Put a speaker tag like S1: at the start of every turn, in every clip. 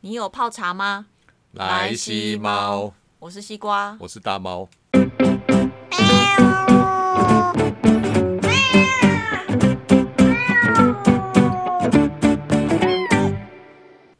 S1: 你有泡茶吗？
S2: 来西猫，
S1: 我是西瓜。
S2: 我是大猫。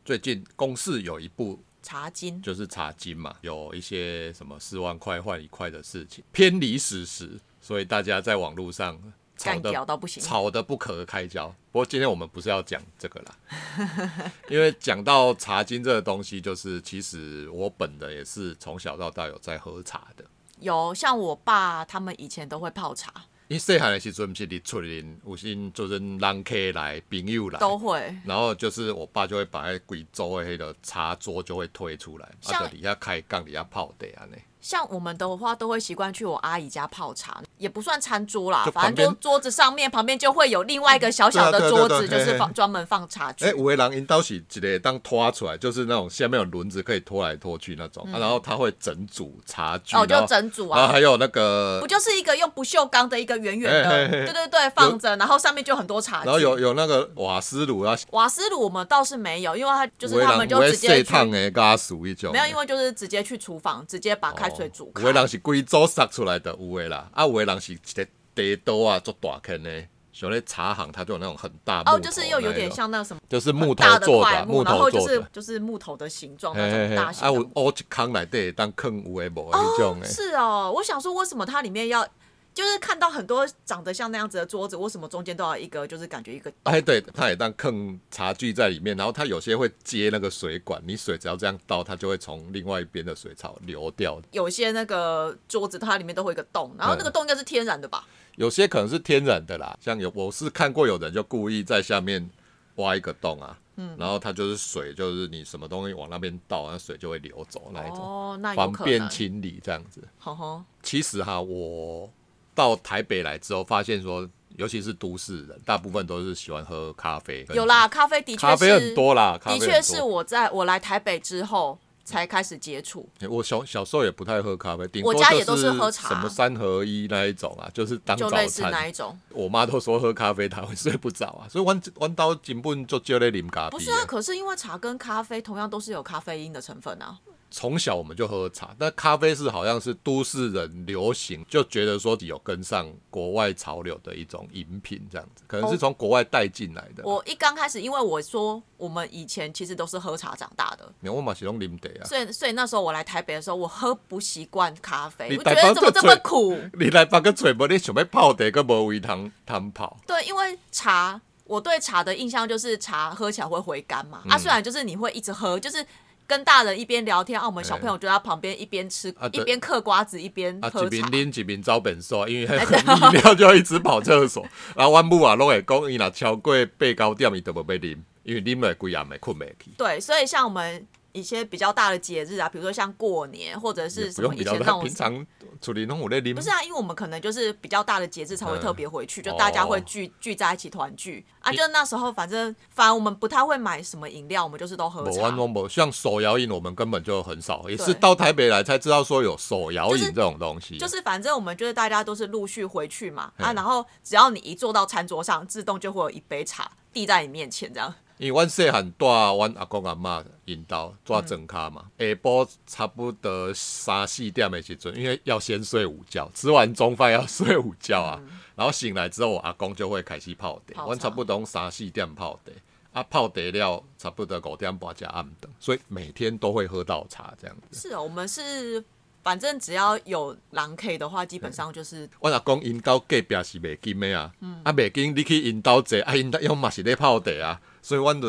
S2: 最近公视有一部
S1: 茶经
S2: 就是查经嘛，有一些什么四万块换一块的事情，偏离史实，所以大家在网络上吵
S1: 干
S2: 得
S1: 掉到不行，
S2: 吵得不可开交。不过今天我们不是要讲这个啦， 因为讲到茶经这个东西，就是其实我本人也是从小到大有在喝茶的。
S1: 有像我爸他们以前都会泡茶，
S2: 你细汉的时阵，毋是伫厝里，有时就是人客来、朋友来，
S1: 都会。
S2: 然后就是我爸就会把那贵州的那个茶桌就会推出来，啊，
S1: 像
S2: 就底下开杠，底下泡茶安尼。
S1: 像我们的话，都会习惯去我阿姨家泡茶，也不算餐桌啦
S2: 就，
S1: 反
S2: 旁
S1: 正
S2: 边
S1: 就桌子上面旁边就会有另外一个小小的
S2: 对啊对啊
S1: 桌
S2: 对啊
S1: 子，就
S2: 对啊
S1: 是
S2: 嘿
S1: 放
S2: 嘿
S1: 专门放茶具
S2: 哎、。有的人因倒是一个当拖出来，就是那种下面有轮子可以拖来拖去那种，啊、然后他会整组茶具，
S1: 嗯哦，就
S2: 然后
S1: 整组
S2: 然后
S1: 啊，
S2: 还有那个
S1: 不，就是一个用不锈钢的一个圆圆
S2: 哎
S1: 的，
S2: 哎哎
S1: 对对对，放着，然后上面就很多茶具。
S2: 然后有有那个瓦斯炉啊，
S1: 瓦斯炉我们倒是没有，因为它就是
S2: 有的
S1: 他
S2: 人
S1: 们就
S2: 有的
S1: 直接
S2: 细
S1: 去，
S2: 烫的咖属一种的。哦
S1: 没有，因为就是直接去厨房直接把开水煮开
S2: 有。的人是规组杀出来的，有的啦，啊，有的人是一个茶刀啊，做大坑的，像那茶行，它就有那种很大木头
S1: 哦，就是又有
S2: 那一
S1: 点
S2: 种，
S1: 像那个什么
S2: 就是木头
S1: 大的
S2: 做
S1: 块
S2: 的，啊
S1: 木，
S2: 木
S1: 然
S2: 头
S1: 后就
S2: 做
S1: 是哦
S2: 的。
S1: 就是木头的形状那
S2: 嘿
S1: 种
S2: 嘿
S1: 大
S2: 嘿
S1: 型
S2: 啊，哎
S1: 的
S2: 有乌一空内底当坑有的无的迄
S1: 哦
S2: 种，的，
S1: 是哦，我想说为什么它里面要，就是看到很多长得像那样子的桌子，为什么中间都要一个，就是感觉一个
S2: 哎，对，它也当坑茶具在里面，然后它有些会接那个水管，你水只要这样倒，它就会从另外一边的水槽流掉。
S1: 有些那个桌子它里面都会有一个洞，然后
S2: 嗯
S1: 那个洞应该是天然的吧？
S2: 有些可能是天然的啦，像有我是看过有人就故意在下面挖一个洞啊，
S1: 嗯
S2: 然后它就是水，就是你什么东西往那边倒，那水就会流走那一种，
S1: 哦，那有
S2: 方
S1: 可
S2: 便
S1: 能，
S2: 清理这样子。
S1: 吼吼，
S2: 其实哈，我到台北来之后，发现说，尤其是都市人，大部分都是喜欢喝咖啡。
S1: 有，啦，咖啡的确
S2: 咖啡
S1: 是
S2: 很多啦，咖
S1: 的
S2: 啡
S1: 确
S2: 很
S1: 是
S2: 多
S1: 我在我来台北之后才开始接触，
S2: 我小小时候也不太喝咖啡，顶
S1: 我
S2: 多
S1: 家也
S2: 就
S1: 都是喝茶
S2: 什么三合一那一种啊，就是当
S1: 就
S2: 早
S1: 类似那
S2: 餐。
S1: 一种。
S2: 我妈都说喝咖啡她会睡不着啊，所以弯弯刀根本就就在啉咖啡
S1: 不
S2: 的。
S1: 是啊，可是因为茶跟咖啡同样都是有咖啡因的成分啊。
S2: 从小我们就喝茶，那咖啡是好像是都市人流行，就觉得说有跟上国外潮流的一种饮品这样子，可能是从国外带进来的。
S1: 哦我一刚开始，因为我说我们以前其实都是喝茶长大的，
S2: 你我嘛是用啉茶啊，
S1: 所以所以那时候我来台北的时候，我喝不习惯咖啡，
S2: 你
S1: 我觉
S2: 台
S1: 得
S2: 胞
S1: 怎么这
S2: 最
S1: 么苦？
S2: 你来把个嘴巴，你想要泡茶，个无为汤汤泡。
S1: 对，因为茶，我对茶的印象就是茶喝起来会回甘嘛。
S2: 嗯
S1: 啊，虽然就是你会一直喝，就是跟大人一边聊天，啊，我们小朋友就在旁边一边吃，
S2: 啊
S1: 一
S2: 对
S1: 边嗑瓜子一边
S2: 啊，
S1: 喝
S2: 一
S1: 茶
S2: 边。拎一边招本兽，因为饮料就一直跑厕所。 啊，阮母啊拢会讲，伊若超过八九点，伊都无要啉，因为啉了规暗暝困袂去。
S1: 对，所以像我们一些比较大的节日啊，比如说像过年或者
S2: 也
S1: 是
S2: 不
S1: 什么
S2: 用
S1: 以
S2: 比
S1: 前
S2: 较
S1: 那
S2: 大，
S1: 种
S2: 平常处理拢有咧啉
S1: 不。是啊，因为我们可能就是比较大的节日才会特别回去，就
S2: 哦
S1: 大家会聚、聚在一起团聚啊。就那时候，反正反而我们不太会买什么饮料，我们就是都喝
S2: 无
S1: 茶
S2: 安。拢无，像手摇饮我们根本就很少，也
S1: 对
S2: 是到台北来才知道说有手摇
S1: 就
S2: 饮
S1: 是
S2: 这种东西。啊
S1: 就是反正我们就是大家都是陆续回去嘛啊，
S2: 嘿
S1: 然后只要你一坐到餐桌上，自动就会有一杯茶递在你面前，这样。
S2: 因为阮细汉带阮阿公阿嬷引导
S1: 嗯
S2: 抓整卡嘛，下晡差不多三四点的时阵，因为要先睡午觉，吃完中饭要睡午觉啊，然后醒来之后，我阿公就会开始泡茶，
S1: 嗯泡
S2: 阮
S1: 茶
S2: 差不多三四点泡茶，啊泡茶了差不多五点半才暗顿，所以每天都会喝到茶这样子。
S1: 是哦，我们是反正只要有狼 K 的话，基本上就是
S2: 阮阿公因兜隔壁是卖金的啊，
S1: 嗯
S2: 啊卖金你去因兜坐，啊 因兜因嘛是咧泡茶啊，所以阮就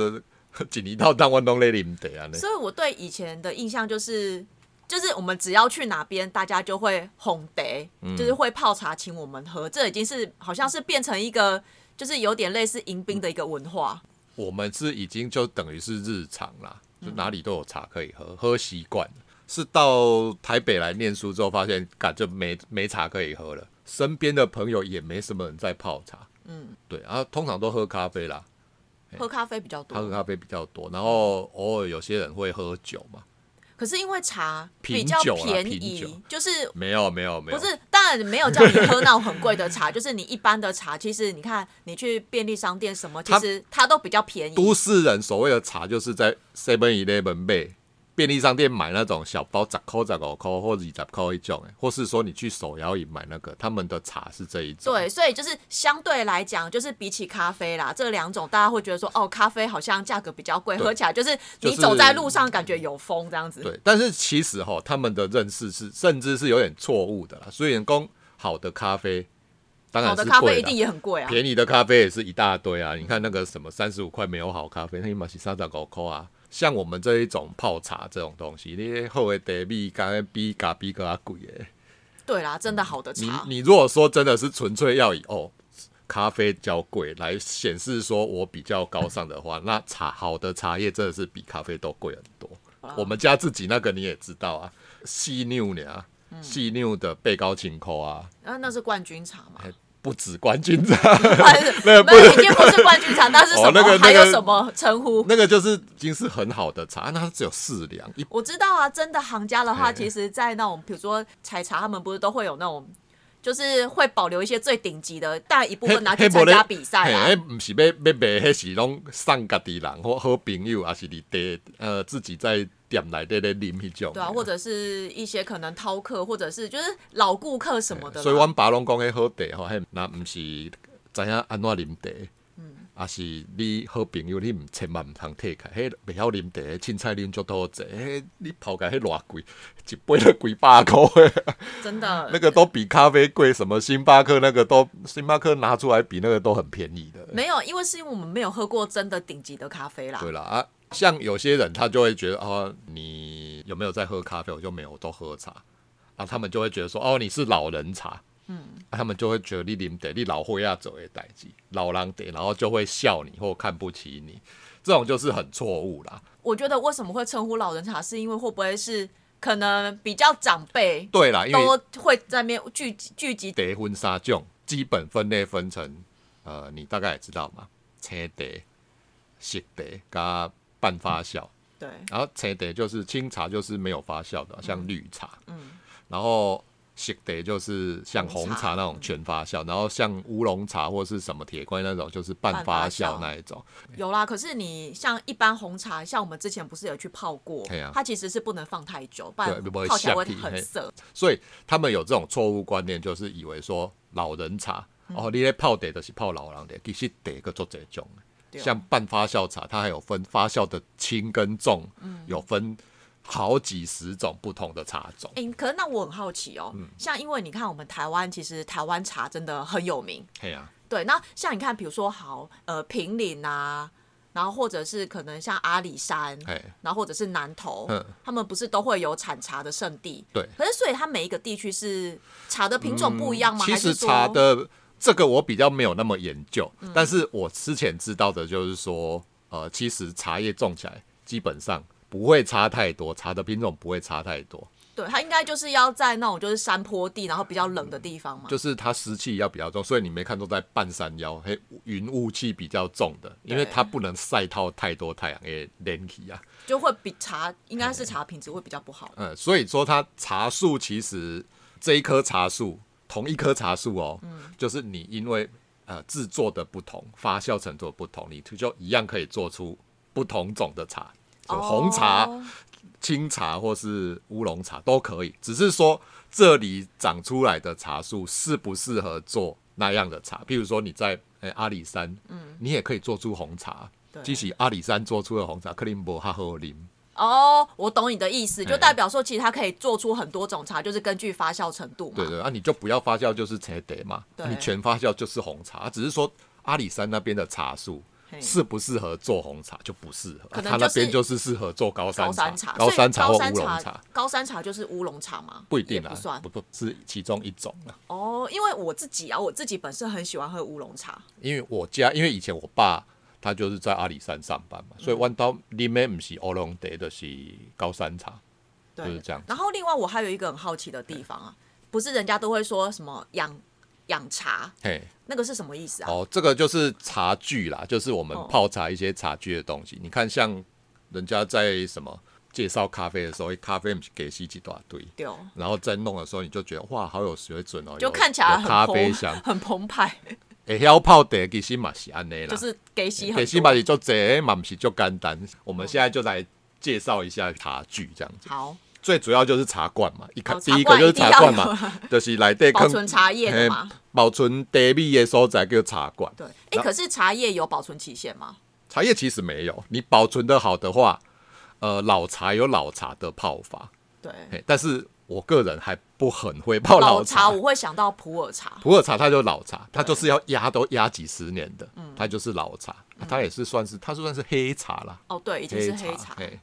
S2: 一年到当阮拢咧啉茶安尼。
S1: 所以我对以前的印象就是，就是我们只要去哪边，大家就会哄得，
S2: 嗯
S1: 就是会泡茶请我们喝，这已经是好像是变成一个。就是有点类似迎宾的一个文化，
S2: 我们是已经就等于是日常啦，
S1: 嗯
S2: 就哪里都有茶可以喝，喝习惯了。是到台北来念书之后，发现感就没没茶可以喝了，身边的朋友也没什么人在泡茶。嗯，对，然、后通常都喝咖啡啦，
S1: 喝咖啡比较
S2: 嗯他喝
S1: 多。
S2: 咖啡比较多，然后偶尔有些人会喝酒嘛。
S1: 可是因为茶比
S2: 品
S1: 较
S2: 酒啦
S1: 便
S2: 品
S1: 宜
S2: 酒，
S1: 就是
S2: 没有没有没有，
S1: 不是，当然没有叫你喝那种很贵的茶，就是你一般的茶，其实你看你去便利商店什么，其
S2: 它
S1: 实它都比较便宜。
S2: 都市人所谓的茶，就是在 Seven Eleven 买便利商店买那种小包，十块、十五块或者二十块一种的，或是说你去手摇饮买那个，他们的茶是这一种。
S1: 对，所以就是相对来讲，就是比起咖啡啦，这两种大家会觉得说，哦，咖啡好像价格比较贵，
S2: 对
S1: 喝起来就是
S2: 就
S1: 你
S2: 是
S1: 走在路上感觉有风这样子。
S2: 对，但是其实哈，他们的认识是甚至是有点错误的啦。所以，工好的咖啡当然
S1: 好的
S2: 是
S1: 咖啡
S2: 贵
S1: 一定
S2: 的，
S1: 也很贵啊。
S2: 便宜的咖啡也是一大堆啊。你看那个什么三十五块没有好咖啡，那嘛是三十五块啊。像我们这一种泡茶这种东西，你后的茶米敢比咖比个还贵诶。
S1: 对啦，真的好的
S2: 你
S1: 茶，
S2: 你如果说真的是纯粹要以哦咖啡较贵来显示说我比较高尚的话，那茶好的茶叶真的是比咖啡都贵很多。我们家自己那个你也知道啊，细拗呢，
S1: 嗯
S2: 细拗啊的贝高琴口啊，
S1: 那、那是冠军茶 嘛？
S2: 不止冠军茶，
S1: 没有，已经不是冠军茶，那是什么？
S2: 哦那个
S1: 还
S2: 那
S1: 有
S2: 个
S1: 什么称呼？
S2: 那个就是已经是很好的茶，那它只有四两一。
S1: 我知道啊，真的行家的话，
S2: 嘿
S1: 其实，在那种比如说采茶，他们不是都会有那种，就是会保留一些最顶级的，但一部分拿去参加比赛啊啦。
S2: 嘿那不是要要卖，迄是拢送家己人或好朋友，还是你爹呃自己在店内底咧啉迄种的。
S1: 对啊，或者是一些可能饕客，或者是就是老顾客什么的啦。
S2: 所以阮爸拢讲迄好茶吼，迄若毋是知影安怎啉茶，啊是你好朋友你毋千万毋通摕开，迄袂晓啉茶，凊彩啉足多者，迄你泡起来迄偌贵，一杯都几百箍诶，
S1: 真的
S2: 那个都比咖啡贵，什么星巴克那个都，星巴克拿出来比那个都很便宜的。
S1: 没有，因为是因为我们没有喝过真的顶级的咖啡啦。
S2: 对啦啊，像有些人他就会觉得哦，你有没有在喝咖啡？我就没有，我都喝茶。啊，他们就会觉得说哦，你是老人茶，嗯、啊，他们就会觉得你啉得你老会要走的代际，老狼得，然后就会笑你或看不起你，这种就是很错误啦。
S1: 我觉得为什么会称呼老人茶，是因为会不会是可能比较长辈
S2: 对啦，因为
S1: 都会在那边聚集聚集
S2: 茶婚纱种基本分类分成，呃，你大概也知道嘛，青茶、色茶加半发酵。
S1: 对
S2: 然后青茶就是清茶，就是没有发酵的，像绿茶。嗯。然后色茶就是像红
S1: 红茶
S2: 茶那种全发酵，然后像乌龙茶或是什么铁观那种，就是半
S1: 半
S2: 发
S1: 发
S2: 酵
S1: 酵
S2: 那一种。
S1: 有啦，可是你像一般红茶，像我们之前不是有去泡过
S2: 嘿啊，
S1: 它其实是不能放太久，不然
S2: 对不会
S1: 泡起来
S2: 下
S1: 会
S2: 体
S1: 很
S2: 嘿
S1: 涩。
S2: 所以他们有这种错误观念，就是以为说老人茶、
S1: 嗯
S2: 哦，你咧泡茶就是泡老人茶，其实茶个做这种的，
S1: 对
S2: 像半发酵茶，它还有分发酵的轻跟重，
S1: 嗯
S2: 有分好几十种不同的茶种。
S1: 哎、可是那我很好奇哦，
S2: 嗯
S1: 像因为你看我们台湾，其实台湾茶真的很有名。
S2: 嘿啊，
S1: 对，那像你看，比如说好，呃，平岭啊，然后或者是可能像阿里山，
S2: 嘿，
S1: 然后或者是南投
S2: 嗯，
S1: 他们不是都会有产茶的圣地？
S2: 对。
S1: 可是所以它每一个地区是茶的品种不一样吗？
S2: 嗯其
S1: 还
S2: 实
S1: 是
S2: 茶
S1: 说嗯
S2: 的这个我比较没有那么研究，但是我之前知道的就是说，呃，其实茶叶种起来基本上不会差太多，茶的品种不会差太多，
S1: 对它应该就是要在那种就是山坡地，然后比较冷的地方嘛。
S2: 就是它湿气要比较重，所以你没看都在半山腰，嘿，云雾气比较重的，因为
S1: 对
S2: 它不能晒到太多太阳，也连体啊，
S1: 就会比茶应该是茶品质会比较不好。
S2: 嗯，所以说它茶树其实这一棵茶树，同一棵茶树哦，
S1: 嗯
S2: 就是你因为呃制作的不同，发酵程度的不同，你就一样可以做出不同种的茶，就红茶、
S1: 哦
S2: 清茶或是乌龙茶都可以，只是说这里长出来的茶树适不适合做那样的茶。譬如说你在、呃阿里山，嗯，你也可以做出红茶
S1: 对，
S2: 即使阿里山做出的红茶，克林伯哈和林。
S1: 哦，我懂你的意思，就代表说其实它可以做出很多种茶，就是根据发酵程度嘛。
S2: 对对，啊，你就不要发酵就是茶得嘛，啊
S1: 对
S2: 你全发酵就是红茶，啊只是说阿里山那边的茶树
S1: 嘿
S2: 适不适合做红茶就不适合，
S1: 哎
S2: 啊
S1: 可能
S2: 它那
S1: 就是
S2: 边就是适合做高山
S1: 高山
S2: 茶、
S1: 茶，
S2: 高山茶
S1: 所
S2: 或
S1: 以高
S2: 乌龙
S1: 山
S2: 茶，，
S1: 高山茶就是乌龙茶吗？
S2: 不一定
S1: 也
S2: 啊
S1: 不算
S2: 不不是其中一种啊。
S1: 哦，因为我自己啊，我自己本身很喜欢喝乌龙茶，
S2: 因为我家，因为以前我爸他就是在阿里山上班嘛，
S1: 嗯
S2: 所以弯刀里面不是乌龙茶，就是高山茶。
S1: 对，
S2: 就是这样子
S1: 然后另外我还有一个很好奇的地方啊，不是人家都会说什么养养茶，
S2: 嘿，
S1: 那个是什么意思啊？
S2: 哦，这个就是茶具啦，就是我们
S1: 哦
S2: 泡茶一些茶具的东西。你看，像人家在什么介绍咖啡的时候，咖啡给吸一大堆，
S1: 对哦，
S2: 然后再弄的时候，你就觉得哇，好有水准哦，
S1: 就
S2: 有
S1: 看起来
S2: 有
S1: 很
S2: 咖啡
S1: 澎
S2: 香，
S1: 很澎湃，
S2: 会晓泡茶其实嘛是安尼啦，
S1: 就是给洗
S2: 其
S1: 很哦
S2: 实
S1: 多。
S2: 嘛是做这嘛不是就简单。我们现在就来介绍一下茶具这样子。
S1: 好，
S2: 最主要就是茶罐嘛，一开、
S1: 哦
S2: 第
S1: 茶
S2: 一个
S1: 罐
S2: 就是
S1: 一定
S2: 茶
S1: 要
S2: 罐
S1: 有
S2: 嘛，就是来对
S1: 保存茶叶的嘛，
S2: 保存茶米的所在叫茶罐。
S1: 对，哎、
S2: 然后
S1: 可是茶叶有保存期限吗？
S2: 茶叶其实没有，你保存的好的话，呃，老茶有老茶的泡法，
S1: 对，
S2: 嘿，但是我个人还不很会泡
S1: 老
S2: 茶。
S1: 我会想到普洱茶，
S2: 普洱茶它就是老茶，它就是要压都压几十年的，
S1: 嗯
S2: 它就是老茶，啊它也是算是它算是黑茶啦，
S1: 哦，对，已经嗯是黑茶，嗯
S2: 嘿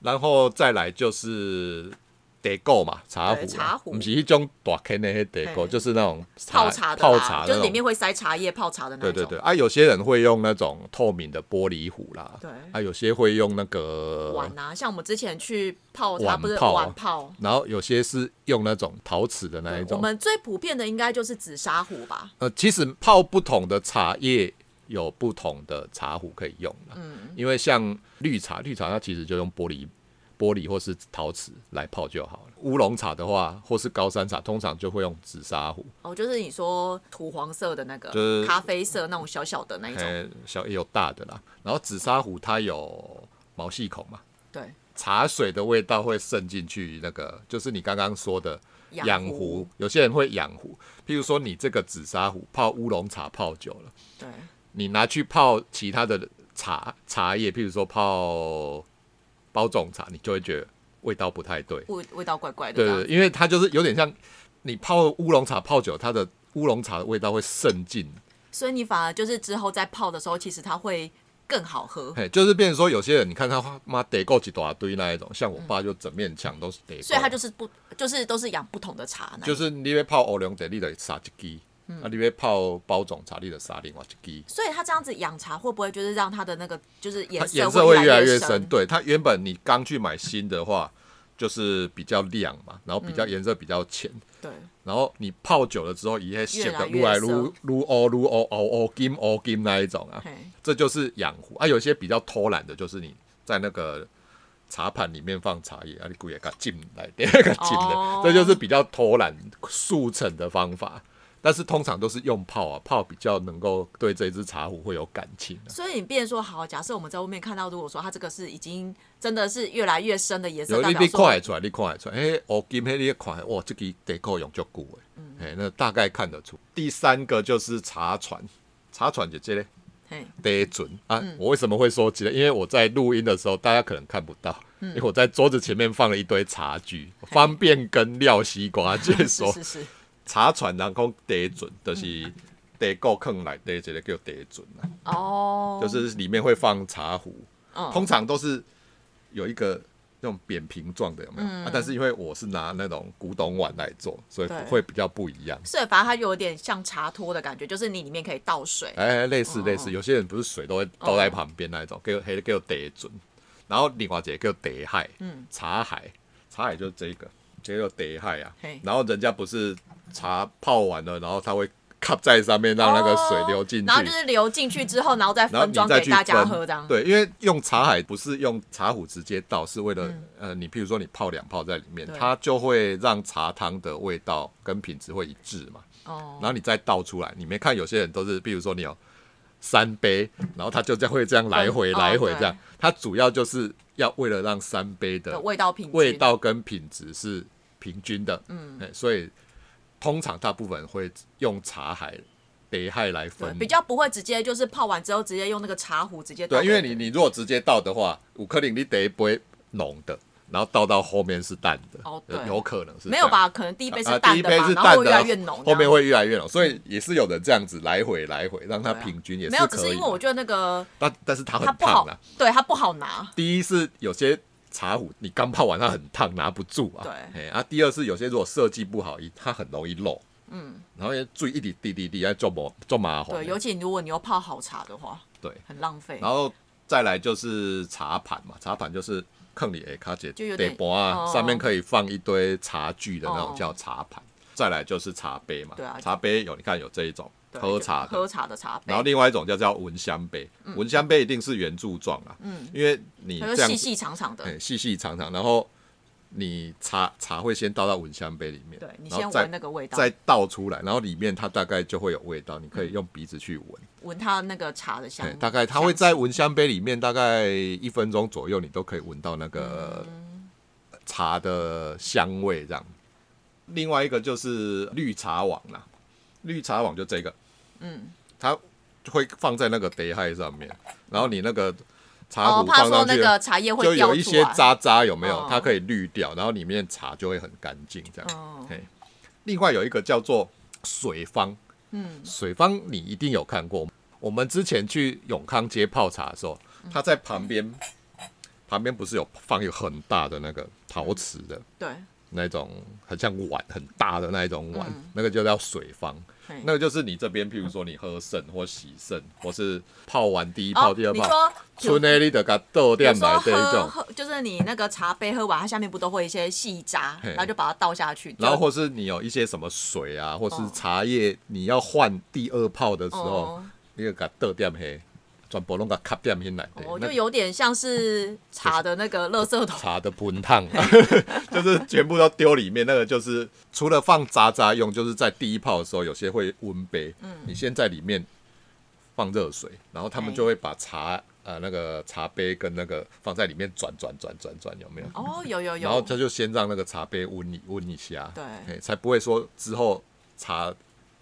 S2: 然后再来就是地沟嘛，茶壶
S1: 对
S2: 啊，
S1: 茶壶
S2: 不是一种大坑的迄地沟，
S1: 嘿
S2: 就是那种
S1: 泡茶的啦，
S2: 泡茶
S1: 就
S2: 那
S1: 是里面
S2: 种。
S1: 会塞茶叶泡茶的那
S2: 对
S1: 一种。
S2: 对对，啊，有些人会用那种透明的玻璃壶啦，
S1: 对
S2: 啊，有些会用那个
S1: 碗啊，像我们之前去泡茶，
S2: 碗
S1: 不是
S2: 呃泡啊
S1: 碗泡。
S2: 然后有些是用那种陶瓷的那一
S1: 我
S2: 种。
S1: 们最普遍的应该就是紫砂壶吧，
S2: 呃，其实泡不同的茶叶有不同的茶壶可以用啦
S1: 嗯，
S2: 因为像绿茶，绿茶它其实就用玻璃、玻璃或是陶瓷来泡就好了。乌龙茶的话，或是高山茶，通常就会用紫砂壶，
S1: 哦，就是你说土黄色的那个，
S2: 就是
S1: 咖啡色那种小小的那一种，
S2: 呃，小也有大的啦。然后紫砂壶它有毛细孔嘛，
S1: 对，
S2: 茶水的味道会渗进去，那个就是你刚刚说的
S1: 养
S2: 养
S1: 壶
S2: 壶。有些人会养壶，譬如说你这个紫砂壶泡乌龙茶泡久了。
S1: 对，
S2: 你拿去泡其他的茶茶叶，譬如说泡包种茶，你就会觉得味道不太对。
S1: 味味道怪怪的
S2: 对
S1: 这样，
S2: 对，对因为它就是有点像你泡乌龙茶泡久，它的乌龙茶的味道会渗进，
S1: 所以你反而就是之后再泡的时候，其实它会更好喝。
S2: 嘿，就是变成说有些人你看他妈得够一大堆那一种，像我爸就整面墙都是得够，
S1: 所以它就是不，就是都是养不同的茶那一种。
S2: 哦就是你要泡乌龙茶，你得撒一支。啊！你要泡包种茶，你得撒另外一支，
S1: 所以它这样子养茶会不会就是让它的那个就是
S2: 它
S1: 颜
S2: 颜
S1: 色
S2: 色会
S1: 越
S2: 越来越
S1: 越
S2: 深。？对，它原本你刚去买新的话，就是比较亮嘛，然后比较颜色比较浅，
S1: 对，
S2: 然后你泡久了之后，一些显得撸
S1: 越来
S2: 来
S1: 越
S2: 撸撸哦撸哦哦哦金哦金那一种啊，
S1: 嘿，
S2: 这就是养壶啊。有些比较偷懒的，就是你在那个茶盘里面放茶叶，啊，你故意给它浸来，第二个浸的
S1: 哦，
S2: 这就是比较偷懒速成的方法。但是通常都是用泡啊，泡比较能够对这支茶壶会有感情、啊。
S1: 所以你变成说好，假设我们在外面看到，如果说它这个是已经真的是越来越深的颜色，
S2: 有
S1: 代
S2: 你
S1: 表
S2: 你看
S1: 说
S2: 得出来，你看得出来，嘿，黑金迄你看得，哇，这支地沟用足久诶，
S1: 嗯
S2: 嘿、那大概看得出。第三个就是茶船，茶船姐姐嘞，
S1: 嘿，
S2: 得准啊、
S1: 嗯
S2: 我为什么会说起来？因为我在录音的时候，大家可能看不到，
S1: 嗯
S2: 因为我在桌子前面放了一堆茶具，方便跟廖西瓜解
S1: 是
S2: 说。
S1: 是嗯是，
S2: 茶船人讲地准，就是地沟坑来地一个叫地准啊。
S1: 哦，
S2: 就是里面会放茶壶，
S1: 嗯
S2: 通常都是有一个那种扁平状的，有没有？啊，但是因为我是拿那种古董碗来做，所
S1: 嗯
S2: 以
S1: 对
S2: 会比较不一样。
S1: 所以反正它有点像茶托的感觉，就是你里面可以倒水，
S2: 哎，类似类
S1: 哦
S2: 似，有些人不是水都会倒在旁边那一种，给黑给得准，然后另外一个叫得海，
S1: 嗯
S2: 茶海，茶海就是这个，这个叫得海啊
S1: 嘿。
S2: 然后人家不是茶泡完了，然后它会卡在上面，让那个水流进去，
S1: 哦然后就是流进去之后，然后再
S2: 然后
S1: 分
S2: 你
S1: 装
S2: 再
S1: 给
S2: 去
S1: 大家
S2: 分
S1: 喝这样。
S2: 对，因为用茶海不是用茶壶直接倒，是为了、呃，你譬如说你泡两泡在里面，
S1: 嗯对
S2: 它就会让茶汤的味道跟品质会一致嘛。
S1: 哦
S2: 然，后你再倒出来，你没看有些人都是，譬如说你有三杯，然后他就这样会这样来回
S1: 嗯哦
S2: 来回
S1: 对
S2: 这样，它主要就是要为了让三杯的
S1: 的味道平均
S2: 味道跟品质是平均的，嗯，所以通常大部分会用茶海、北海来
S1: 对
S2: 分，
S1: 比较不会直接就是泡完之后直接用那个茶壶直接倒
S2: 对，
S1: 给
S2: 因为你你如果直接倒的话，五克林你得一杯浓的，然后倒到后面是淡的，
S1: 哦
S2: 有
S1: 对
S2: 有可能是
S1: 没有
S2: 这样？
S1: 吧？可能第一杯是
S2: 啊，第
S1: 淡
S2: 一
S1: 的
S2: 杯
S1: 吧，
S2: 是
S1: 然后
S2: 淡
S1: 会越
S2: 的
S1: 来越浓，
S2: 后
S1: 这
S2: 面
S1: 样嗯
S2: 会越来越浓，所以也是有人这样子来回来回，让它
S1: 对啊
S2: 平均也
S1: 没
S2: 是
S1: 有，只
S2: 可
S1: 是
S2: 以
S1: 因
S2: 的
S1: 为。我觉得那个
S2: 但但是它很
S1: 它不
S2: 烫啊
S1: 好
S2: 啦。，
S1: 对它不好拿，
S2: 第一是有些茶壶你刚泡完它很烫，拿不住啊。
S1: 对
S2: 嘿。啊，第二是有些如果设计不好，它很容易漏。嗯。然后注意一滴滴滴滴，要做麻做麻烦。
S1: 对，尤其如果你又泡好茶的话，
S2: 对。
S1: 很浪费
S2: 然。后再来就是茶盘嘛，茶盘就是坑里诶，卡姐
S1: 就有
S2: 地
S1: 点
S2: 盘啊，
S1: 哦
S2: 上面可以放一堆茶具的那
S1: 哦
S2: 种叫茶盘。再来就是茶杯嘛，
S1: 对啊
S2: 茶杯有你看有这一种
S1: 对
S2: 喝
S1: 就
S2: 茶的，
S1: 喝茶的茶杯，
S2: 然后另外一种叫叫蚊香杯，蚊香杯一定是圆柱状啊，嗯，因为你
S1: 它
S2: 这
S1: 就
S2: 样
S1: 细嗯细长长的，
S2: 哎细细长长，然后你茶茶会先倒到蚊香杯里面，
S1: 对你
S2: 然后
S1: 先
S2: 再
S1: 闻那个味道，嗯
S2: 再倒出来，然后里面它大概就会有味道，你可以用鼻子去闻，
S1: 闻它那个茶的香
S2: 哎，大概它会在蚊香杯里面大概一分钟左右，你都可以闻到那个
S1: 嗯
S2: 茶的香味这样。另外一个就是绿茶网啦，绿茶网就这个，
S1: 嗯，
S2: 它会放在那个碟嗨上面，然后你那个茶
S1: 哦，
S2: 壶
S1: 怕
S2: 放
S1: 说
S2: 上
S1: 那
S2: 去，
S1: 个茶叶会
S2: 就
S1: 掉
S2: 有一
S1: 出
S2: 些
S1: 来。
S2: 渣渣有没有
S1: 哦？
S2: 它可以滤掉，然后里面茶就会很干净这样。
S1: 嗯，
S2: 嘿，另外有一个叫做水方，
S1: 嗯，
S2: 水方你一定有看过。我们之前去永康街泡茶的时候，
S1: 嗯
S2: 它在旁边，旁边不是有放一个很大的那个陶瓷的
S1: 对，
S2: 那种，很像碗很大的那一种碗，
S1: 嗯
S2: 那个就叫水方。
S1: 嘿
S2: 那个就是你这边，譬如说你喝剩或洗剩，或是泡完第一泡、
S1: 哦，
S2: 第二
S1: 你
S2: 泡，
S1: 说
S2: 村内里的给它倒
S1: 有
S2: 点
S1: 时
S2: 来
S1: 候
S2: 这一
S1: 喝
S2: 种，
S1: 喝，就是你那个茶杯喝完，它下面不都会一些细渣，
S2: 嘿
S1: 然后就把它倒下去。就
S2: 然后或是你有一些什么水啊，或是
S1: 哦
S2: 茶叶，你要换第二泡的时候，
S1: 哦，
S2: 你就给它倒点黑，全部拢给它卡点黑来。
S1: 哦，
S2: 那
S1: 就有点像是茶的那个垃圾 桶。
S2: 茶的盆烫，就是全部都丢里面。那个就是除了放渣渣用，就是在第一泡的时候，有些会温杯，
S1: 嗯
S2: 你先在里面放热水，然后他们
S1: 哎
S2: 就会把茶呃那个茶杯跟那个放在里面转转转转转，有没有？
S1: 哦，有有
S2: 然后
S1: 有，
S2: 他就先让那个茶杯温一温一下，
S1: 对
S2: 嘿才不会说之后茶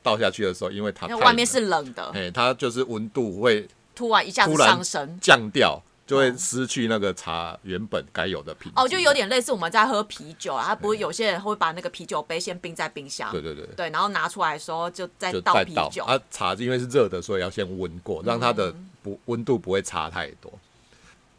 S2: 倒下去的时候，因为它
S1: 因为
S2: 太
S1: 外面
S2: 冷
S1: 是冷的，
S2: 哎、它就是温度会
S1: 突然一下子
S2: 突然
S1: 上升。
S2: 降掉，就会
S1: 哦
S2: 失去那个茶原本该有的品质。
S1: 哦，就有点类似我们在喝啤酒啊，它不是有些人会把那个啤酒杯先冰在冰箱，
S2: 对对对，
S1: 对，然后拿出来的时候就再
S2: 就
S1: 倒
S2: 再
S1: 啤
S2: 倒
S1: 酒。
S2: 啊，茶因为是热的，所以要先温过，让它的不温度不会差太多。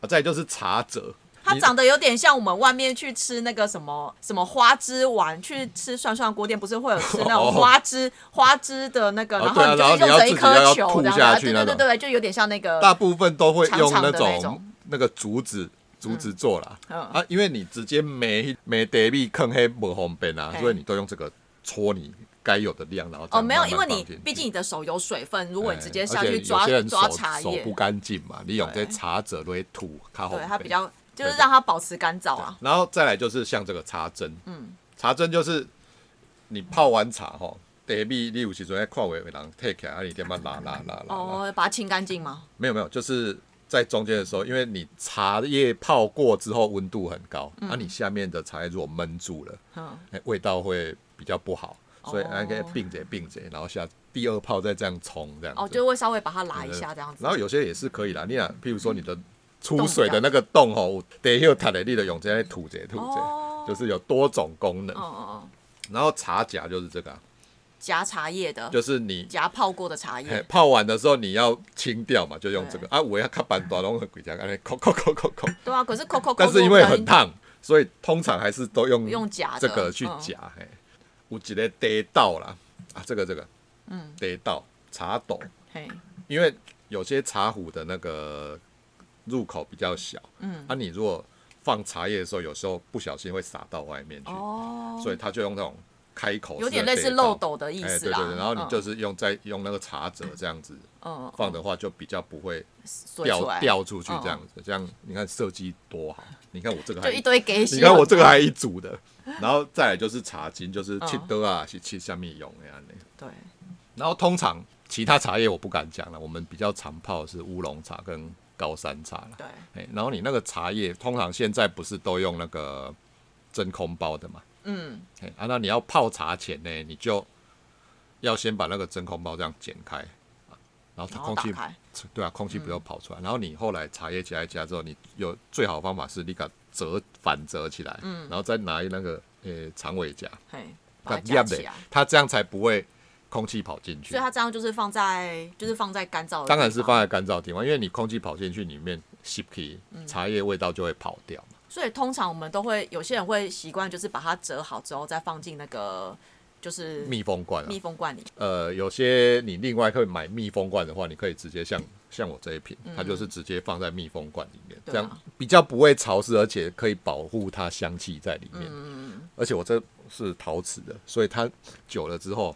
S2: 啊，再来就是茶则，
S1: 它
S2: 你
S1: 长得有点像我们外面去吃那个什么什么花枝丸，去吃涮涮锅店，不是会有吃那种
S2: 哦
S1: 花枝、花枝的那个，
S2: 哦
S1: 然
S2: 对啊
S1: 后
S2: 然后
S1: 就
S2: 你
S1: 是用
S2: 要
S1: 成一
S2: 自己
S1: 颗
S2: 要
S1: 球
S2: 吐
S1: 这样子
S2: 下
S1: 啊，
S2: 去
S1: 对
S2: 那
S1: 对对
S2: 种
S1: 对，就有点像那个
S2: 大部分都会用
S1: 长长的
S2: 种
S1: 那种
S2: 那个竹子竹子做啦、
S1: 嗯
S2: 啊，因为你直接没没得币坑黑不方便啊，
S1: 嘿
S2: 所以你都用这个搓你该有的量，然后再
S1: 哦，没有，
S2: 慢慢
S1: 因为你
S2: 放进去
S1: 毕竟你的手有水分，如果你直接
S2: 哎
S1: 下
S2: 而且
S1: 去
S2: 有
S1: 抓
S2: 些人
S1: 抓
S2: 手
S1: 茶
S2: 手
S1: 叶
S2: 不，干净嘛，你用这
S1: 对
S2: 茶者都会吐，它
S1: 对它
S2: 它
S1: 比较就是
S2: 对
S1: 让它保持干燥啊。
S2: 然后再来就是像这个茶针，嗯，茶针就是你泡完茶吼，得币你有时阵在看有的人 take 起来，啊你点么拉拉拉拉拉，
S1: 哦，把它清干净吗？
S2: 没有没有，就是在中间的时候，因为你茶叶泡过之后温度很高，那、你下面的茶叶如果闷住了，
S1: 嗯，
S2: 哎味道会比较不好，所以
S1: 哦
S2: 还可以并着并着，然后下第二泡再这样冲这样子。
S1: 哦，就会稍微把它拉一下这样子。
S2: 然后有些也是可以啦，你俩譬如说你的出水的那个洞吼，得有塔雷利的用这样吐着吐
S1: 哦
S2: 着，就是有多种功能
S1: 嗯。嗯嗯，
S2: 然后茶夹就是这个啊，
S1: 夹茶叶的，
S2: 就是你
S1: 夹泡过的茶
S2: 嘿
S1: 叶。
S2: 泡完的时候你要清掉嘛，就用这个啊。我要看板短龙和鬼家，安尼扣扣扣扣扣，
S1: 对啊，可是扣扣扣，
S2: 但是因为很烫，所以通常还是都用
S1: 用夹的
S2: 这个去夹。嘿，有一个得道啦啊，这个这个，
S1: 嗯，
S2: 得道茶斗，
S1: 嘿，
S2: 因为有些茶壶的那个入口比较小，嗯，啊，你如果放茶叶的时候，有时候不小心会洒到外面去，
S1: 哦，
S2: 所以他就用那种开口式的
S1: 有点类似
S2: 杯罩
S1: 漏斗的意
S2: 哎，
S1: 思
S2: 对对
S1: 啦。
S2: 对，然后你就
S1: 嗯
S2: 是用再用那个茶则这样子
S1: 嗯
S2: 放的话，就比较不会
S1: 说出
S2: 掉
S1: 来，
S2: 掉出去
S1: 嗯
S2: 这样子。这样你看设计多好，你看我这个还
S1: 就一堆给 洗。
S2: 你看我这个还一组 的，然后再来就是茶巾，就是
S1: 哦
S2: 切的啊，是切下面用的样的。
S1: 对，
S2: 然后通常其他茶叶我不敢讲了，我们比较常泡的是乌龙茶跟高山茶了。
S1: 对，
S2: 哎，然后你那个茶叶，通常现在不是都用那个真空包的嘛？
S1: 嗯，
S2: 哎，啊，那你要泡茶前呢，你就要先把那个真空包这样剪开，然后它
S1: 然后
S2: 空
S1: 打
S2: 气
S1: 开，
S2: 对啊，空气不要跑
S1: 嗯
S2: 出来。然后你后来茶叶加一加之后，你有最好的方法是你给它折反折起来，嗯，然后再拿那个呃长尾夹，
S1: 嘿，把它
S2: 给它
S1: 夹起
S2: 压
S1: 来
S2: 的。它这样才不会空气跑进去
S1: 所以。它这样就是放在，就是放在干燥的地方。
S2: 当然是放在干燥的地方，因为你空气跑进去里面 s i
S1: 嗯
S2: p 茶叶味道就会跑掉嘛。
S1: 所以通常我们都会，有些人会习惯就是把它折好之后再放进那个就是
S2: 密封罐、啊，
S1: 密封罐里。
S2: 呃，有些你另外可以买密封罐的话，你可以直接像像我这一瓶，它就是直接放在密封罐里面，
S1: 嗯对啊
S2: 这
S1: 嗯
S2: 样比较不会潮湿，而且可以保护它香气在里面。而且我这是陶瓷的，所以它久了之后，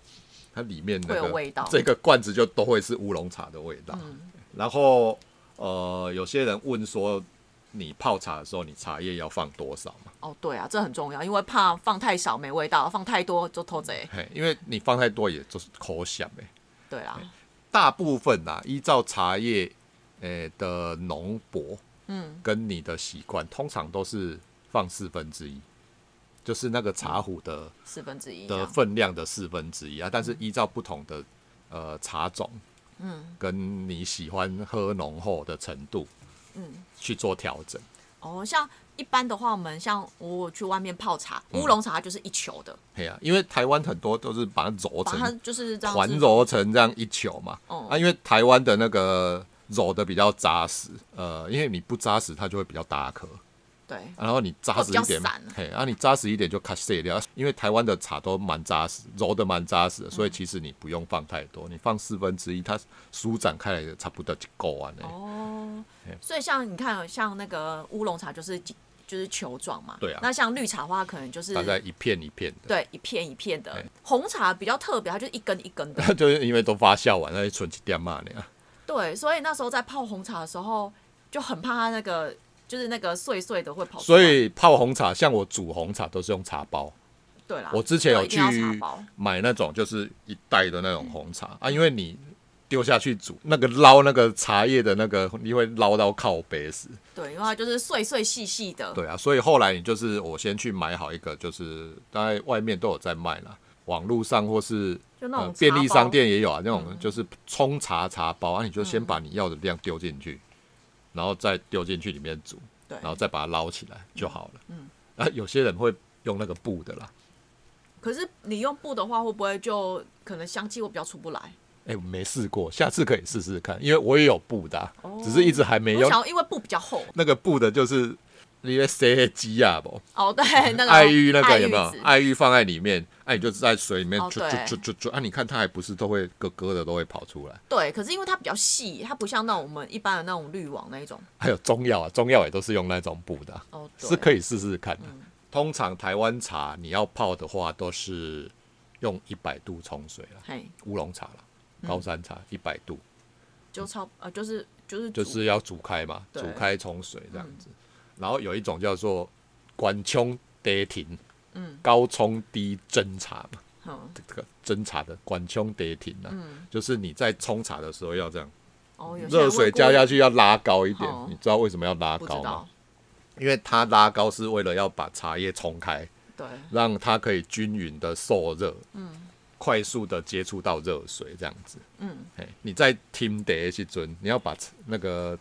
S2: 它里面那
S1: 会
S2: 个
S1: 有味道嗯
S2: 这个罐子就都会是乌龙茶的味道。然后呃，有些人问说，你泡茶的时候，你茶叶要放多少嘛？
S1: 哦，对啊，这很重要，因为怕放太少没味道，放太多就偷贼。
S2: 嘿，因为你放太多也就是口香哎、
S1: 对啦，
S2: 大部分啊，依照茶叶诶、的浓薄，
S1: 嗯，
S2: 跟你的习惯，通常都是放四分之一，就是那个茶壶的、
S1: 四分之一这
S2: 的
S1: 样。
S2: 分量的四分之一
S1: 嗯
S2: 啊。但是依照不同的呃茶种，嗯，跟你喜欢喝浓厚的程度，嗯，去做调整。
S1: 哦，像一般的话，我们像我去外面泡茶，
S2: 嗯
S1: 乌龙茶就是一球的，
S2: 嘿啊，因为台湾很多都是把它揉
S1: 把它
S2: 成
S1: 就是这样
S2: 团
S1: 子。
S2: 揉成这样一球嘛。
S1: 哦
S2: 啊，因为台湾的那个揉的比较扎实，呃，因为你不扎实，它就会比较大颗。
S1: 对，
S2: 然后你扎实一点
S1: 哦比较散啊，
S2: 嘿，然后你扎实一点就卡碎掉，因为台湾的茶都蛮扎实，揉的蛮扎
S1: 嗯
S2: 实的，所以其实你不用放太多，你放四分之一，它舒展开来的差不多就够啊完了。
S1: 哦，所以像你看，像那个乌龙茶就是几就是球状嘛，
S2: 对啊
S1: 那像绿茶的话，可能就是
S2: 大概一片一片的，
S1: 对一片一片的
S2: 哎。
S1: 红茶比较特别，它就是一根一根 的。
S2: 就是因为都发酵完，那就存几点嘛呢？
S1: 对，所以那时候在泡红茶的时候，就很怕它那个就是那个碎碎的会跑出来。
S2: 所以泡红茶，像我煮红茶都是用茶包，
S1: 对啦，
S2: 我之前有
S1: 一
S2: 去
S1: 定要茶包嗯
S2: 买那种就是一袋的那种红茶啊，因为你丢下去煮，那个捞那个茶叶的那个，你会捞到靠杯死。
S1: 对，因为它就是碎碎细细的。
S2: 对啊，所以后来你就是我先去买好一个，就是大概外面都有在卖啦，网络上或是呃
S1: 就那种茶
S2: 便利商
S1: 包嗯
S2: 店也有啊，那种就是冲茶茶包啊，你就先把你要的量丢进去，然后再丢进去里面煮，
S1: 对
S2: 然后再把它捞起来就好了。嗯，啊，有些人会用那个布的啦，
S1: 可是你用布的话，会不会就可能香气会比较出不来？
S2: 哎、我没试过，下次可以试试看，因为我也有布的啊、只是一直还没
S1: 哦我
S2: 用
S1: 想。要因为布比较厚。
S2: 那个布的就是你在塞鸡啊不？
S1: 哦，对，那个
S2: 爱玉那个有没
S1: 爱玉
S2: 有
S1: 子？
S2: 爱玉放在里面，哎、你就在水里面
S1: 哦
S2: 就
S1: 对
S2: 就就就就啊！你看它还不是都会咯咯的都会跑出来，
S1: 对，可是因为它比较细，它不像那种我们一般的那种滤网那一种。
S2: 还有中药啊，中药也都是用那种布的啊、
S1: 哦，对嗯
S2: 是可以试试看的。通常台湾茶你要泡的话，都是用一百度冲水了，
S1: 嘿，
S2: 乌龙茶
S1: 嗯
S2: 了，高山茶一百度，
S1: 就超呃，就是就是
S2: 就
S1: 煮
S2: 是要煮开嘛，
S1: 对嗯
S2: 煮开冲水这样子。然后有一种叫做管冲跌停，嗯，高冲低蒸茶嘛。
S1: 嗯
S2: 这个蒸茶的管冲得停啊，就是你在冲茶的时候要这样，
S1: 哦，嗯有些人
S2: 热水加下
S1: 去
S2: 去要拉高一点
S1: 哦。
S2: 你知道为什么要拉
S1: 不
S2: 高
S1: 知
S2: 吗
S1: 道？，
S2: 因为它拉高是为了要把茶叶冲开，
S1: 对，
S2: 让它可以均匀的受热，快速的接触到热水这样子。
S1: 嗯，
S2: 嘿你在听的时阵，你要把那个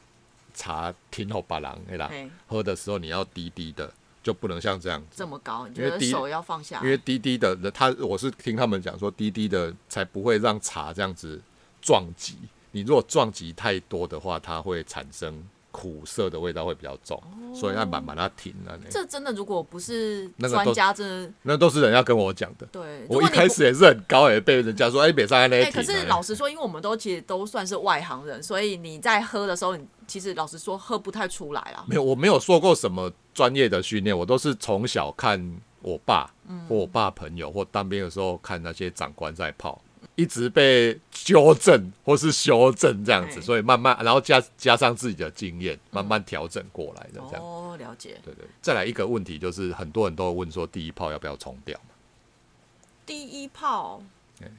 S2: 茶听好把郎，对啦
S1: 嘿，
S2: 喝的时候你要低低的，就不能像这样子
S1: 这。么高，你
S2: 因
S1: 觉
S2: 为
S1: 得
S2: 第一
S1: 手要放下
S2: 因，为滴滴的，他我是听他们讲说，滴滴的才不会让茶这样子撞击。你如果撞击太多的话，它会产生苦涩的味道会比较重，
S1: 哦
S2: 所以要慢慢它停了、那
S1: 这真的如果不是
S2: 那个
S1: 专
S2: 都
S1: 家，真的
S2: 那都是人家跟我讲的。
S1: 对。如
S2: 我
S1: 果
S2: 一
S1: 你
S2: 开
S1: 不
S2: 始也是很高，也被人家说哎，北上那
S1: 哎、
S2: 停、
S1: 可是
S2: 啊
S1: 老实说，因为我们都其实都算是外行人，所以你在喝的时候，你其实老实说喝不太出来啦。
S2: 没有，我没有受过什么专业的训练，我都是从小看我爸、
S1: 嗯
S2: 或我爸朋友或当兵的时候看那些长官在泡，一直被纠正或是修正这样子，
S1: 哎
S2: 所以慢慢然后加加上自己的经验，慢慢调整过来的这样。
S1: 嗯哦，了解。
S2: 对对，再来一个问题就是，很多人都问说第一泡要不要冲掉嘛？
S1: 第一泡，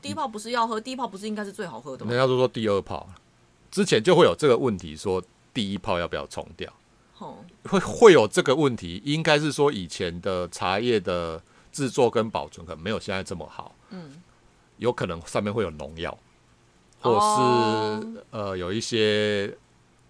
S1: 第一泡不是要喝，第一泡不是应该是最好喝的吗
S2: 人？家都说第二泡，之前就会有这个问题说第一泡要不要冲掉。
S1: 吼、
S2: 会会有这个问题，应该是说以前的茶叶的制作跟保存可能没有现在这么好，
S1: 嗯，
S2: 有可能上面会有农药，或者是、
S1: 哦
S2: 呃有一些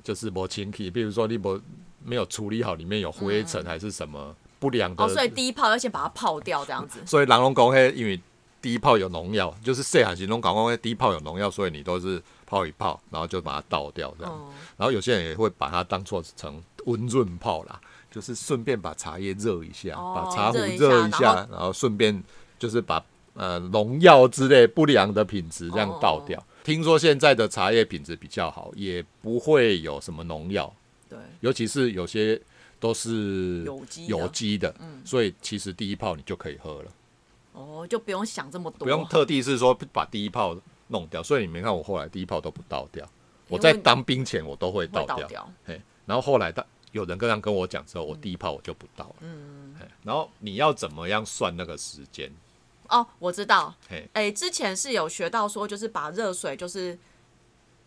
S2: 就是磨清体，比如说你磨没有处理好，里面有灰尘还是什么不良
S1: 嗯
S2: 的，
S1: 哦，所以第一泡要先把它泡掉，这样子。
S2: 所以狼龙公黑因为第一泡有农药，就是细海行龙港公黑第一泡有农药，所以你都是泡一泡，然后就把它倒掉这样。
S1: 哦，
S2: 然后有些人也会把它当做成温润泡啦，就是顺便把茶叶热一下，
S1: 哦
S2: 把茶壶
S1: 热一下
S2: 热一
S1: 然
S2: 下，
S1: 后
S2: 然后顺便就是把呃农药之类不良的品质这样倒掉。
S1: 哦
S2: 听说现在的茶叶品质比较好，也不会有什么农药，
S1: 对，
S2: 尤其是有些都是
S1: 有机的嗯
S2: 有机的，所以其实第一泡你就可以喝了。
S1: 哦，就不用想这么多，
S2: 不用特地是说把第一炮弄掉，所以你没看我后来第一炮都不倒掉，我
S1: 因为
S2: 在当兵前我都会倒
S1: 会倒
S2: 掉，
S1: 掉。
S2: 嘿，然后后来他有人跟样跟我讲之后，
S1: 嗯
S2: 我第一炮我就不倒了，嗯，然后你要怎么样算那个时间，
S1: 哦，我知道，
S2: 嘿，
S1: 哎、之前是有学到说，就是把热水就是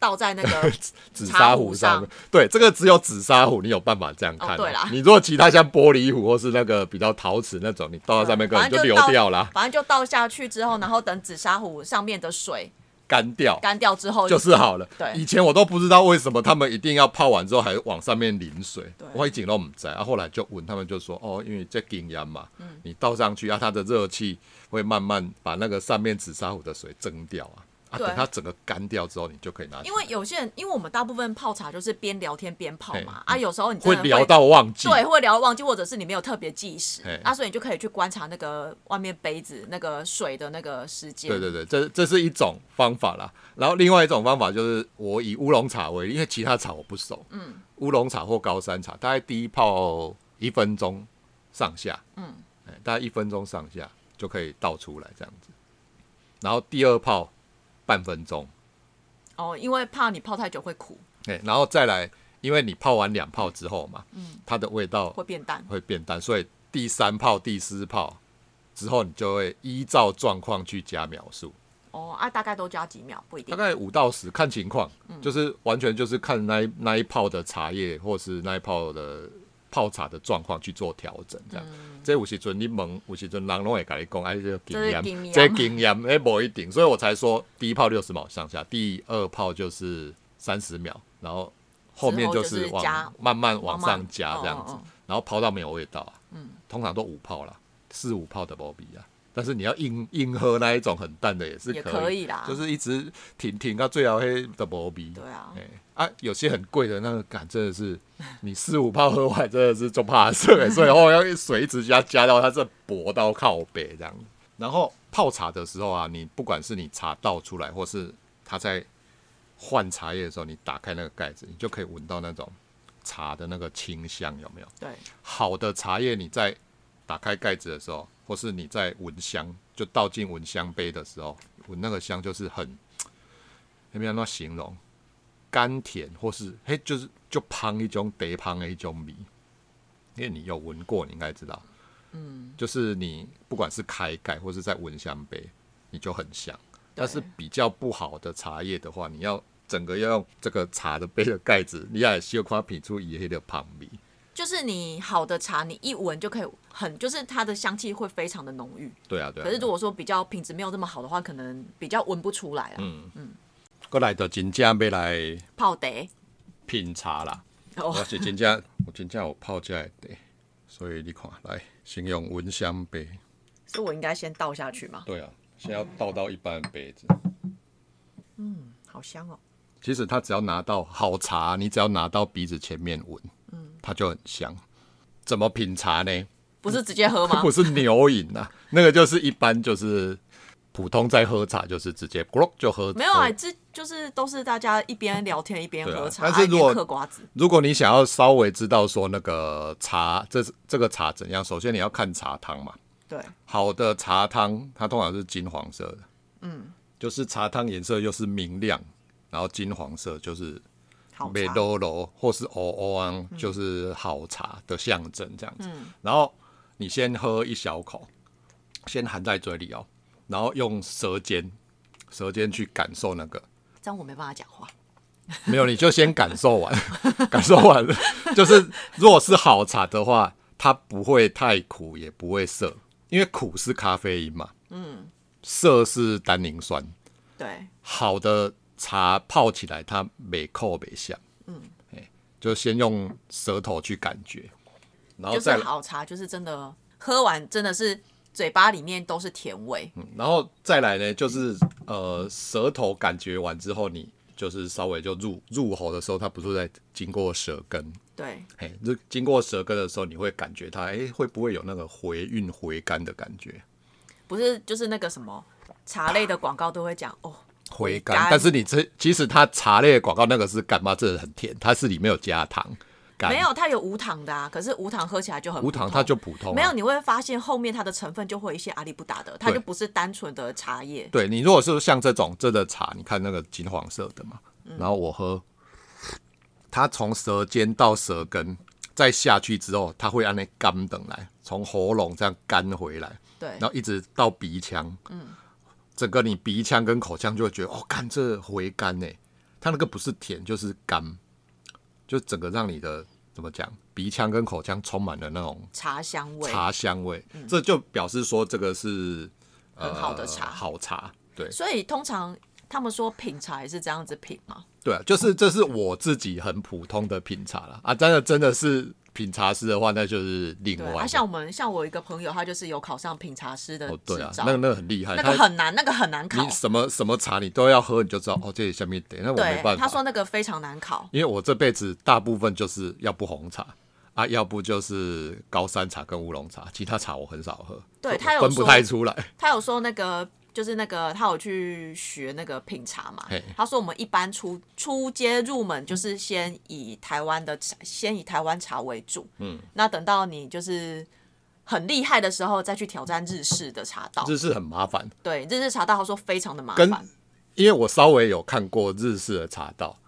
S1: 倒在那个
S2: 紫
S1: 茶
S2: 砂
S1: 壶
S2: 壶上
S1: 上
S2: 面，对，这个只有紫砂壶你有办法这样看、
S1: 哦对啦
S2: 你如果其他像玻璃壶或是那个比较陶瓷那种，你 倒在上面可
S1: 嗯
S2: 能
S1: 反正
S2: 就流
S1: 倒
S2: 掉啦，
S1: 反正就倒下去之后，然后等紫砂壶上面的水
S2: 干掉。
S1: 干掉之后，
S2: 就是好了。
S1: 哦对
S2: 以前我都不知道为什么他们一定要泡完之后还往上面淋水
S1: 对，
S2: 我一直都不知道。啊，后来就问他们就说，哦，因为这经验嘛，
S1: 嗯
S2: 你倒上去啊，它的热气会慢慢把那个上面紫砂壶的水蒸掉啊，啊，
S1: 对
S2: 等它整个干掉之后，你就可以拿起来。
S1: 因为有些人，因为我们大部分泡茶就是边聊天边泡嘛，
S2: 嘿
S1: 啊，有时候你真
S2: 会
S1: 的
S2: 聊到忘记，
S1: 对，会聊到忘记，或者是你没有特别计时
S2: 嘿，
S1: 啊，所以你就可以去观察那个外面杯子那个水的那个时间。
S2: 对对对，这这是一种方法啦。然后另外一种方法就是我以乌龙茶为例，因为其他茶我不熟。嗯，乌龙茶或高山茶，大概第一泡一分钟上下。嗯，大概一分钟上下就可以倒出来这样子。然后第二泡半分钟，
S1: 哦，因为怕你泡太久会苦，
S2: 哎，然后再来，因为你泡完两泡之后嘛，嗯，它的味道
S1: 会变淡。
S2: 会变淡，所以第三泡、第四泡之后，你就会依照状况去加描述。
S1: 哦，啊，大概都加几秒，不一
S2: 大
S1: 定。
S2: 概五到十，看情况，
S1: 嗯
S2: 就是完全就是看那一那一泡的茶叶或是那一泡的泡茶的状况去做调整，这样。
S1: 嗯
S2: 这有时阵你问，有时阵人拢会跟你讲，哎、啊，这个
S1: 这是
S2: 经
S1: 经
S2: 验，
S1: 验
S2: 这经验，哎，不一定，所以我才说第一泡六十秒上下，第二泡就是三十秒，然后后面就
S1: 之后
S2: 是
S1: 就是
S2: 往
S1: 加
S2: 慢慢往
S1: 慢慢
S2: 上加
S1: 哦
S2: 这样子，
S1: 哦嗯哦
S2: 然后泡到没有味道啊，通常都五泡啦，四五泡的波比啊。但是你要硬硬喝那一种很淡的也是
S1: 也
S2: 可以，
S1: 可以啦
S2: 就是一直挺挺到最后黑的薄鼻。
S1: 对啊
S2: 哎、啊，有些很贵的那个感真的是， 你四五泡喝完真的是就怕涩、 所以后来要水一直加加到它这薄到靠北这样。然后泡茶的时候啊，你不管是你茶倒出来，或是它在换茶叶的时候，你打开那个盖子，你就可以闻到那种茶的那个清香，有没有？
S1: 对，
S2: 好的茶叶，你在打开盖子的时候，或是你在闻香，就倒进闻香杯的时候，闻那个香就是很，有没有那形容？甘甜，或是嘿，就是就胖一种，得胖的一种米。因为你有闻过，你应该知道，嗯，就是你不管是开盖或是在闻香杯，你就很香。但是比较不好的茶叶的话，你要整个要用这个茶的杯的盖子，你也小夸品出一黑的胖米。
S1: 就是你好的茶，你一闻就可以很，就是它的香气会非常的浓郁。
S2: 对啊，对啊。
S1: 可是
S2: 对啊
S1: 如果说比较品质没有这么好的话，可能比较闻不出来啦。
S2: 嗯过来就真正要来
S1: 泡茶，
S2: 品茶啦，我
S1: 哦，
S2: 是真正我真正有泡这个茶，所以你看来先用蚊香杯，
S1: 所以我应该先倒下去嘛。
S2: 对啊，先要倒到一般的杯子。
S1: 好香哦，
S2: 其实它只要拿到好茶，你只要拿到鼻子前面闻，它就很香。怎么品茶呢？
S1: 不是直接喝吗
S2: 不？是牛饮啊， 那个就是一般就是普通在喝茶，就是直接咕噜就喝。
S1: 没有啊，
S2: 喝
S1: 这就是都是大家一边聊天一边
S2: 对啊
S1: 喝茶，
S2: 但是
S1: 啊一边
S2: 如果
S1: 嗑瓜子，
S2: 如果你想要稍微知道说那个茶这这个茶怎样，首先你要看茶汤嘛。
S1: 对，
S2: 好的茶汤，它通常是金黄色的，嗯，就是茶汤颜色又是明亮，然后金黄色就是
S1: 好
S2: 美
S1: 茶。嗯
S2: 柔柔或是欧欧安，就是好茶的象征这样子。然后你先喝一小口，先含在嘴里哦，然后用舌尖，舌尖去感受那个，
S1: 这样我没办法讲话。
S2: 没有，你就先感受完， 感受完了，就是如果是好茶的话，它不会太苦，也不会涩，因为苦是咖啡因嘛，嗯，涩是单宁酸。
S1: 对，
S2: 好的茶泡起来，它没扣没香，嗯，哎，就先用舌头去感觉，然后
S1: 就
S2: 再
S1: 是
S2: 来
S1: 好茶，就是真的喝完真的是嘴巴里面都是甜味。
S2: 嗯然后再来呢，就是呃，舌头感觉完之后，你就是稍微就入入喉的时候，它不是在经过舌根，
S1: 对，
S2: 嘿，就经过舌根的时候，你会感觉它，哎、会不会有那个回韵回甘的感觉？
S1: 不是就是那个什么茶类的广告都会讲哦，
S2: 回
S1: 回甘
S2: 但是你这其实它茶类的广告那个是干嘛？这很甜，它是里面有加糖，干，
S1: 没有，它有无糖的啊，可是无糖喝起来就很
S2: 哎无
S1: 普
S2: 糖
S1: 通
S2: 它就普通、啊，
S1: 没有，你会发现后面它的成分就会有一些阿里不达的，它
S2: 对
S1: 就不是单纯的茶叶。
S2: 对你如果是像这种真的茶，你看那个金黄色的嘛，
S1: 嗯
S2: 然后我喝，它从舌尖到舌根再下去之后，它会按那干等来，从喉咙这样干回来，
S1: 对
S2: 然，后一直到鼻腔，嗯，整个你鼻腔跟口腔就会觉得哦，干这回甘呢，它那个不是甜就是干，就整个让你的怎么讲，鼻腔跟口腔充满了那种
S1: 茶香味。嗯
S2: 茶香味，这就表示说这个是。呃
S1: 很好的茶
S2: 好茶，对，
S1: 所以通常他们说品茶也是这样子品嘛。
S2: 对啊，就是这是我自己很普通的品茶啦。啊，真的真的是品茶师的话，那就是另
S1: 对，
S2: 外
S1: 啊，
S2: 的。
S1: 像我们像我一个朋友，他就是有考上品茶师的
S2: 哦，
S1: 执
S2: 对啊，
S1: 照，
S2: 那个那个很厉害，
S1: 那个
S2: 他
S1: 很难，那个很难考
S2: 你。什么什么茶你都要喝，你就知道哦，这里下面得，那我没
S1: 对
S2: 办，
S1: 他
S2: 法。
S1: 说那个非常难考。
S2: 因为我这辈子大部分就是要不红茶啊，要不就是高山茶跟乌龙茶，其他茶我很少喝，
S1: 对
S2: 所以
S1: 他有
S2: 我分不
S1: 说
S2: 太出来。
S1: 他有说那个就是那个他有去学那个品茶嘛
S2: 嘿，
S1: 他说我们一般出出街入门就是先以台湾的茶，先以台湾茶为主，嗯，那等到你就是很厉害的时候再去挑战日式的茶道，
S2: 这是很麻烦，
S1: 对，日式茶道他说非常的哦麻
S2: 跟
S1: 烦，
S2: 因为我稍微有看过日式的茶道，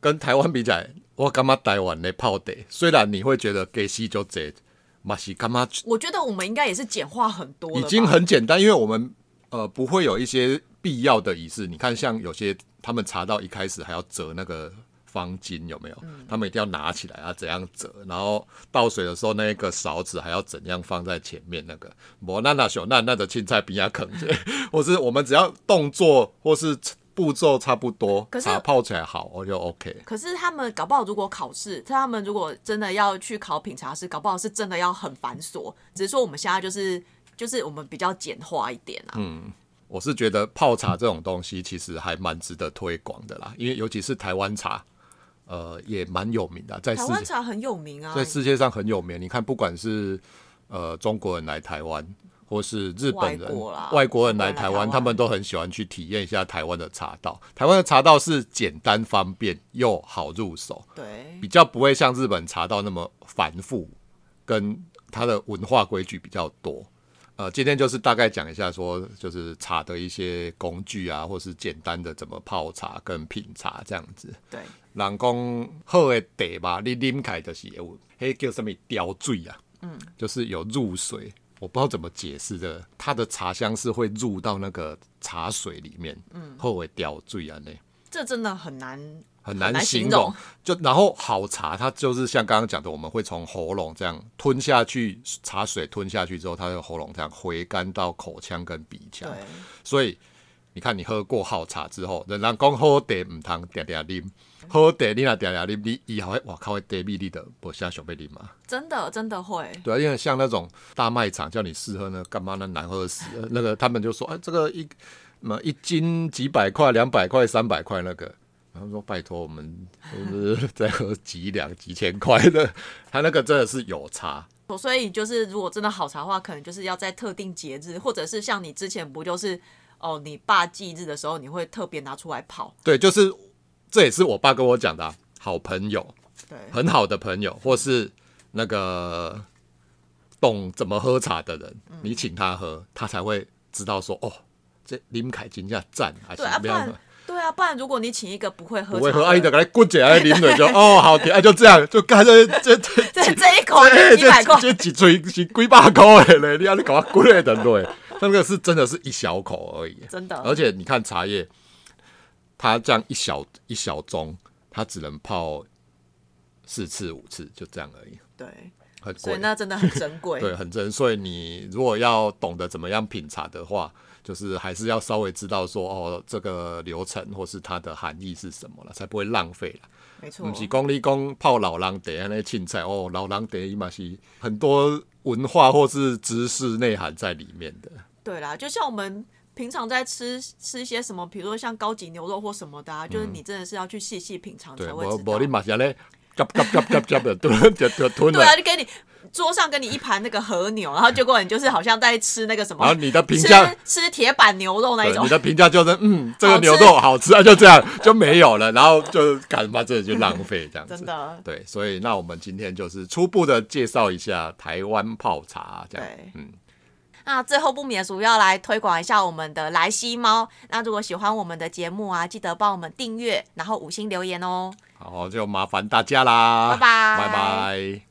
S2: 跟台湾比起来，我感觉台湾的泡茶，虽然你会觉得给西就这，嘛是干嘛
S1: 我觉得我们应该也是简化很多了
S2: 已
S1: 吧，
S2: 经很简单，因为我们呃不会有一些必要的仪式。你看，像有些他们茶道一开始还要折那个方巾，有没有？
S1: 嗯
S2: 他们一定要拿起来啊，怎样折？然后倒水的时候，那个勺子还要怎样放在前面？那个摩那那小那那的青菜比亚啃着， 或是我们只要动作或是步骤差不多
S1: 可，是
S2: 茶泡起来好，我就 OK。
S1: 可是他们搞不好，如果考试，他们如果真的要去考品茶师，搞不好是真的要很繁琐。只是说我们现在就是就是我们比较简化一点啊。
S2: 嗯我是觉得泡茶这种东西其实还蛮值得推广的啦，因为尤其是台湾茶，呃，也蛮有名的啊，在世
S1: 台湾茶很有名啊，
S2: 在世界上很有名。你看，不管是呃中国人来台湾，或是日本
S1: 外
S2: 人、
S1: 国啦
S2: 国人来台
S1: 外国人来台
S2: 湾，
S1: 湾
S2: 他们都很喜欢去体验一下台湾的茶道。台湾的茶道是简单方便又好入手，
S1: 对
S2: 比较不会像日本茶道那么繁复，跟它的文化规矩比较多。呃，今天就是大概讲一下说，就是茶的一些工具啊，或是简单的怎么泡茶跟品茶这样子。
S1: 对，
S2: 人讲好的茶吧，你啉开就是有迄叫什么吊坠啊，嗯，就是有入水，我不知道怎么解释这个，它的茶香是会入到那个茶水里面，嗯，好的吊坠啊呢，
S1: 这真的很难
S2: 很难
S1: 形
S2: 形容。就然后好茶，它就是像刚刚讲的，我们会从喉咙这样吞下去，茶水吞下去之后，它的喉咙这样回甘到口腔跟鼻腔
S1: 对，，
S2: 所以你看，你喝过好茶之后，人人讲好茶唔通定定啉，好茶你若定定啉，你以后会哇靠，会茶米你的无啥想要啉嘛？
S1: 真的真的会。
S2: 对啊，因为像那种大卖场叫你试喝呢，干嘛呢？难喝死了。那个他们就说，哎，这个一么一斤几百块、两百块、三百块那个。然后说拜托，我们就是在喝几两几千块的， 他那个真的是有差。
S1: 所以就是如果真的好茶的话，可能就是要在特定节日，或者是像你之前不就是哦，你爸忌日的时候，你会特别拿出来泡。
S2: 对，就是这也是我爸跟我讲的啊、好朋友，
S1: 对
S2: 很好的朋友，或是那个懂怎么喝茶的人，你请他喝，他才会知道说哦，这林凯金价赞还是
S1: 对啊，
S2: 不
S1: 不
S2: 要
S1: 然对啊，不然如果你请一个不会喝
S2: 不会喝，
S1: 茶
S2: 阿
S1: 的
S2: 姨就给他滚起来，林嘴就哦好甜，啊就这样，就干这这这
S1: 对 这一口就几百块，
S2: 这几嘴是几百块的嘞，你还是搞他滚来的对，那个是真的是一小口而已，
S1: 真的
S2: 而且你看茶叶，它这样一小一小盅，它只能泡四次五次，就这样而已，
S1: 对，
S2: 很贵。
S1: 所以那真的很珍贵。
S2: 对，啊很真。所以你如果要懂得怎么样品茶的话，就是还是要稍微知道说哦，这个流程或是它的含义是什么了，才不会浪费了。
S1: 没错
S2: 不，是讲你讲泡老人茶那青菜哦，老人茶伊嘛是很多文化或是知识内涵在里面的。
S1: 对啦，就像我们平常在吃吃一些什么，比如说像高级牛肉或什么的、啊，就是你真的是要去细细品尝
S2: 嗯对，
S1: 才会
S2: 无
S1: 知
S2: 无你
S1: 道。
S2: 嘛是安尼，夹夹夹夹夹的吞就就吞
S1: 对啊，
S2: 了。
S1: 就给你桌上跟你一盘那个和牛，然后结果你就是好像在吃那个什么，
S2: 然后你的评价
S1: 吃吃铁板牛肉那一
S2: 对，
S1: 种
S2: 你，的评价就是嗯，这个牛肉好吃啊，就这样就没有了，然后就干嘛这里就浪费这样 子。
S1: 真的
S2: 对，所以那我们今天就是初步的介绍一下台湾泡茶，这样，
S1: 对
S2: 嗯，
S1: 那最后不免俗要来推广一下我们的莱西猫。那如果喜欢我们的节目啊，记得帮我们订阅，然后五星留言哦。
S2: 好，就麻烦大家啦，
S1: 拜拜
S2: 拜拜。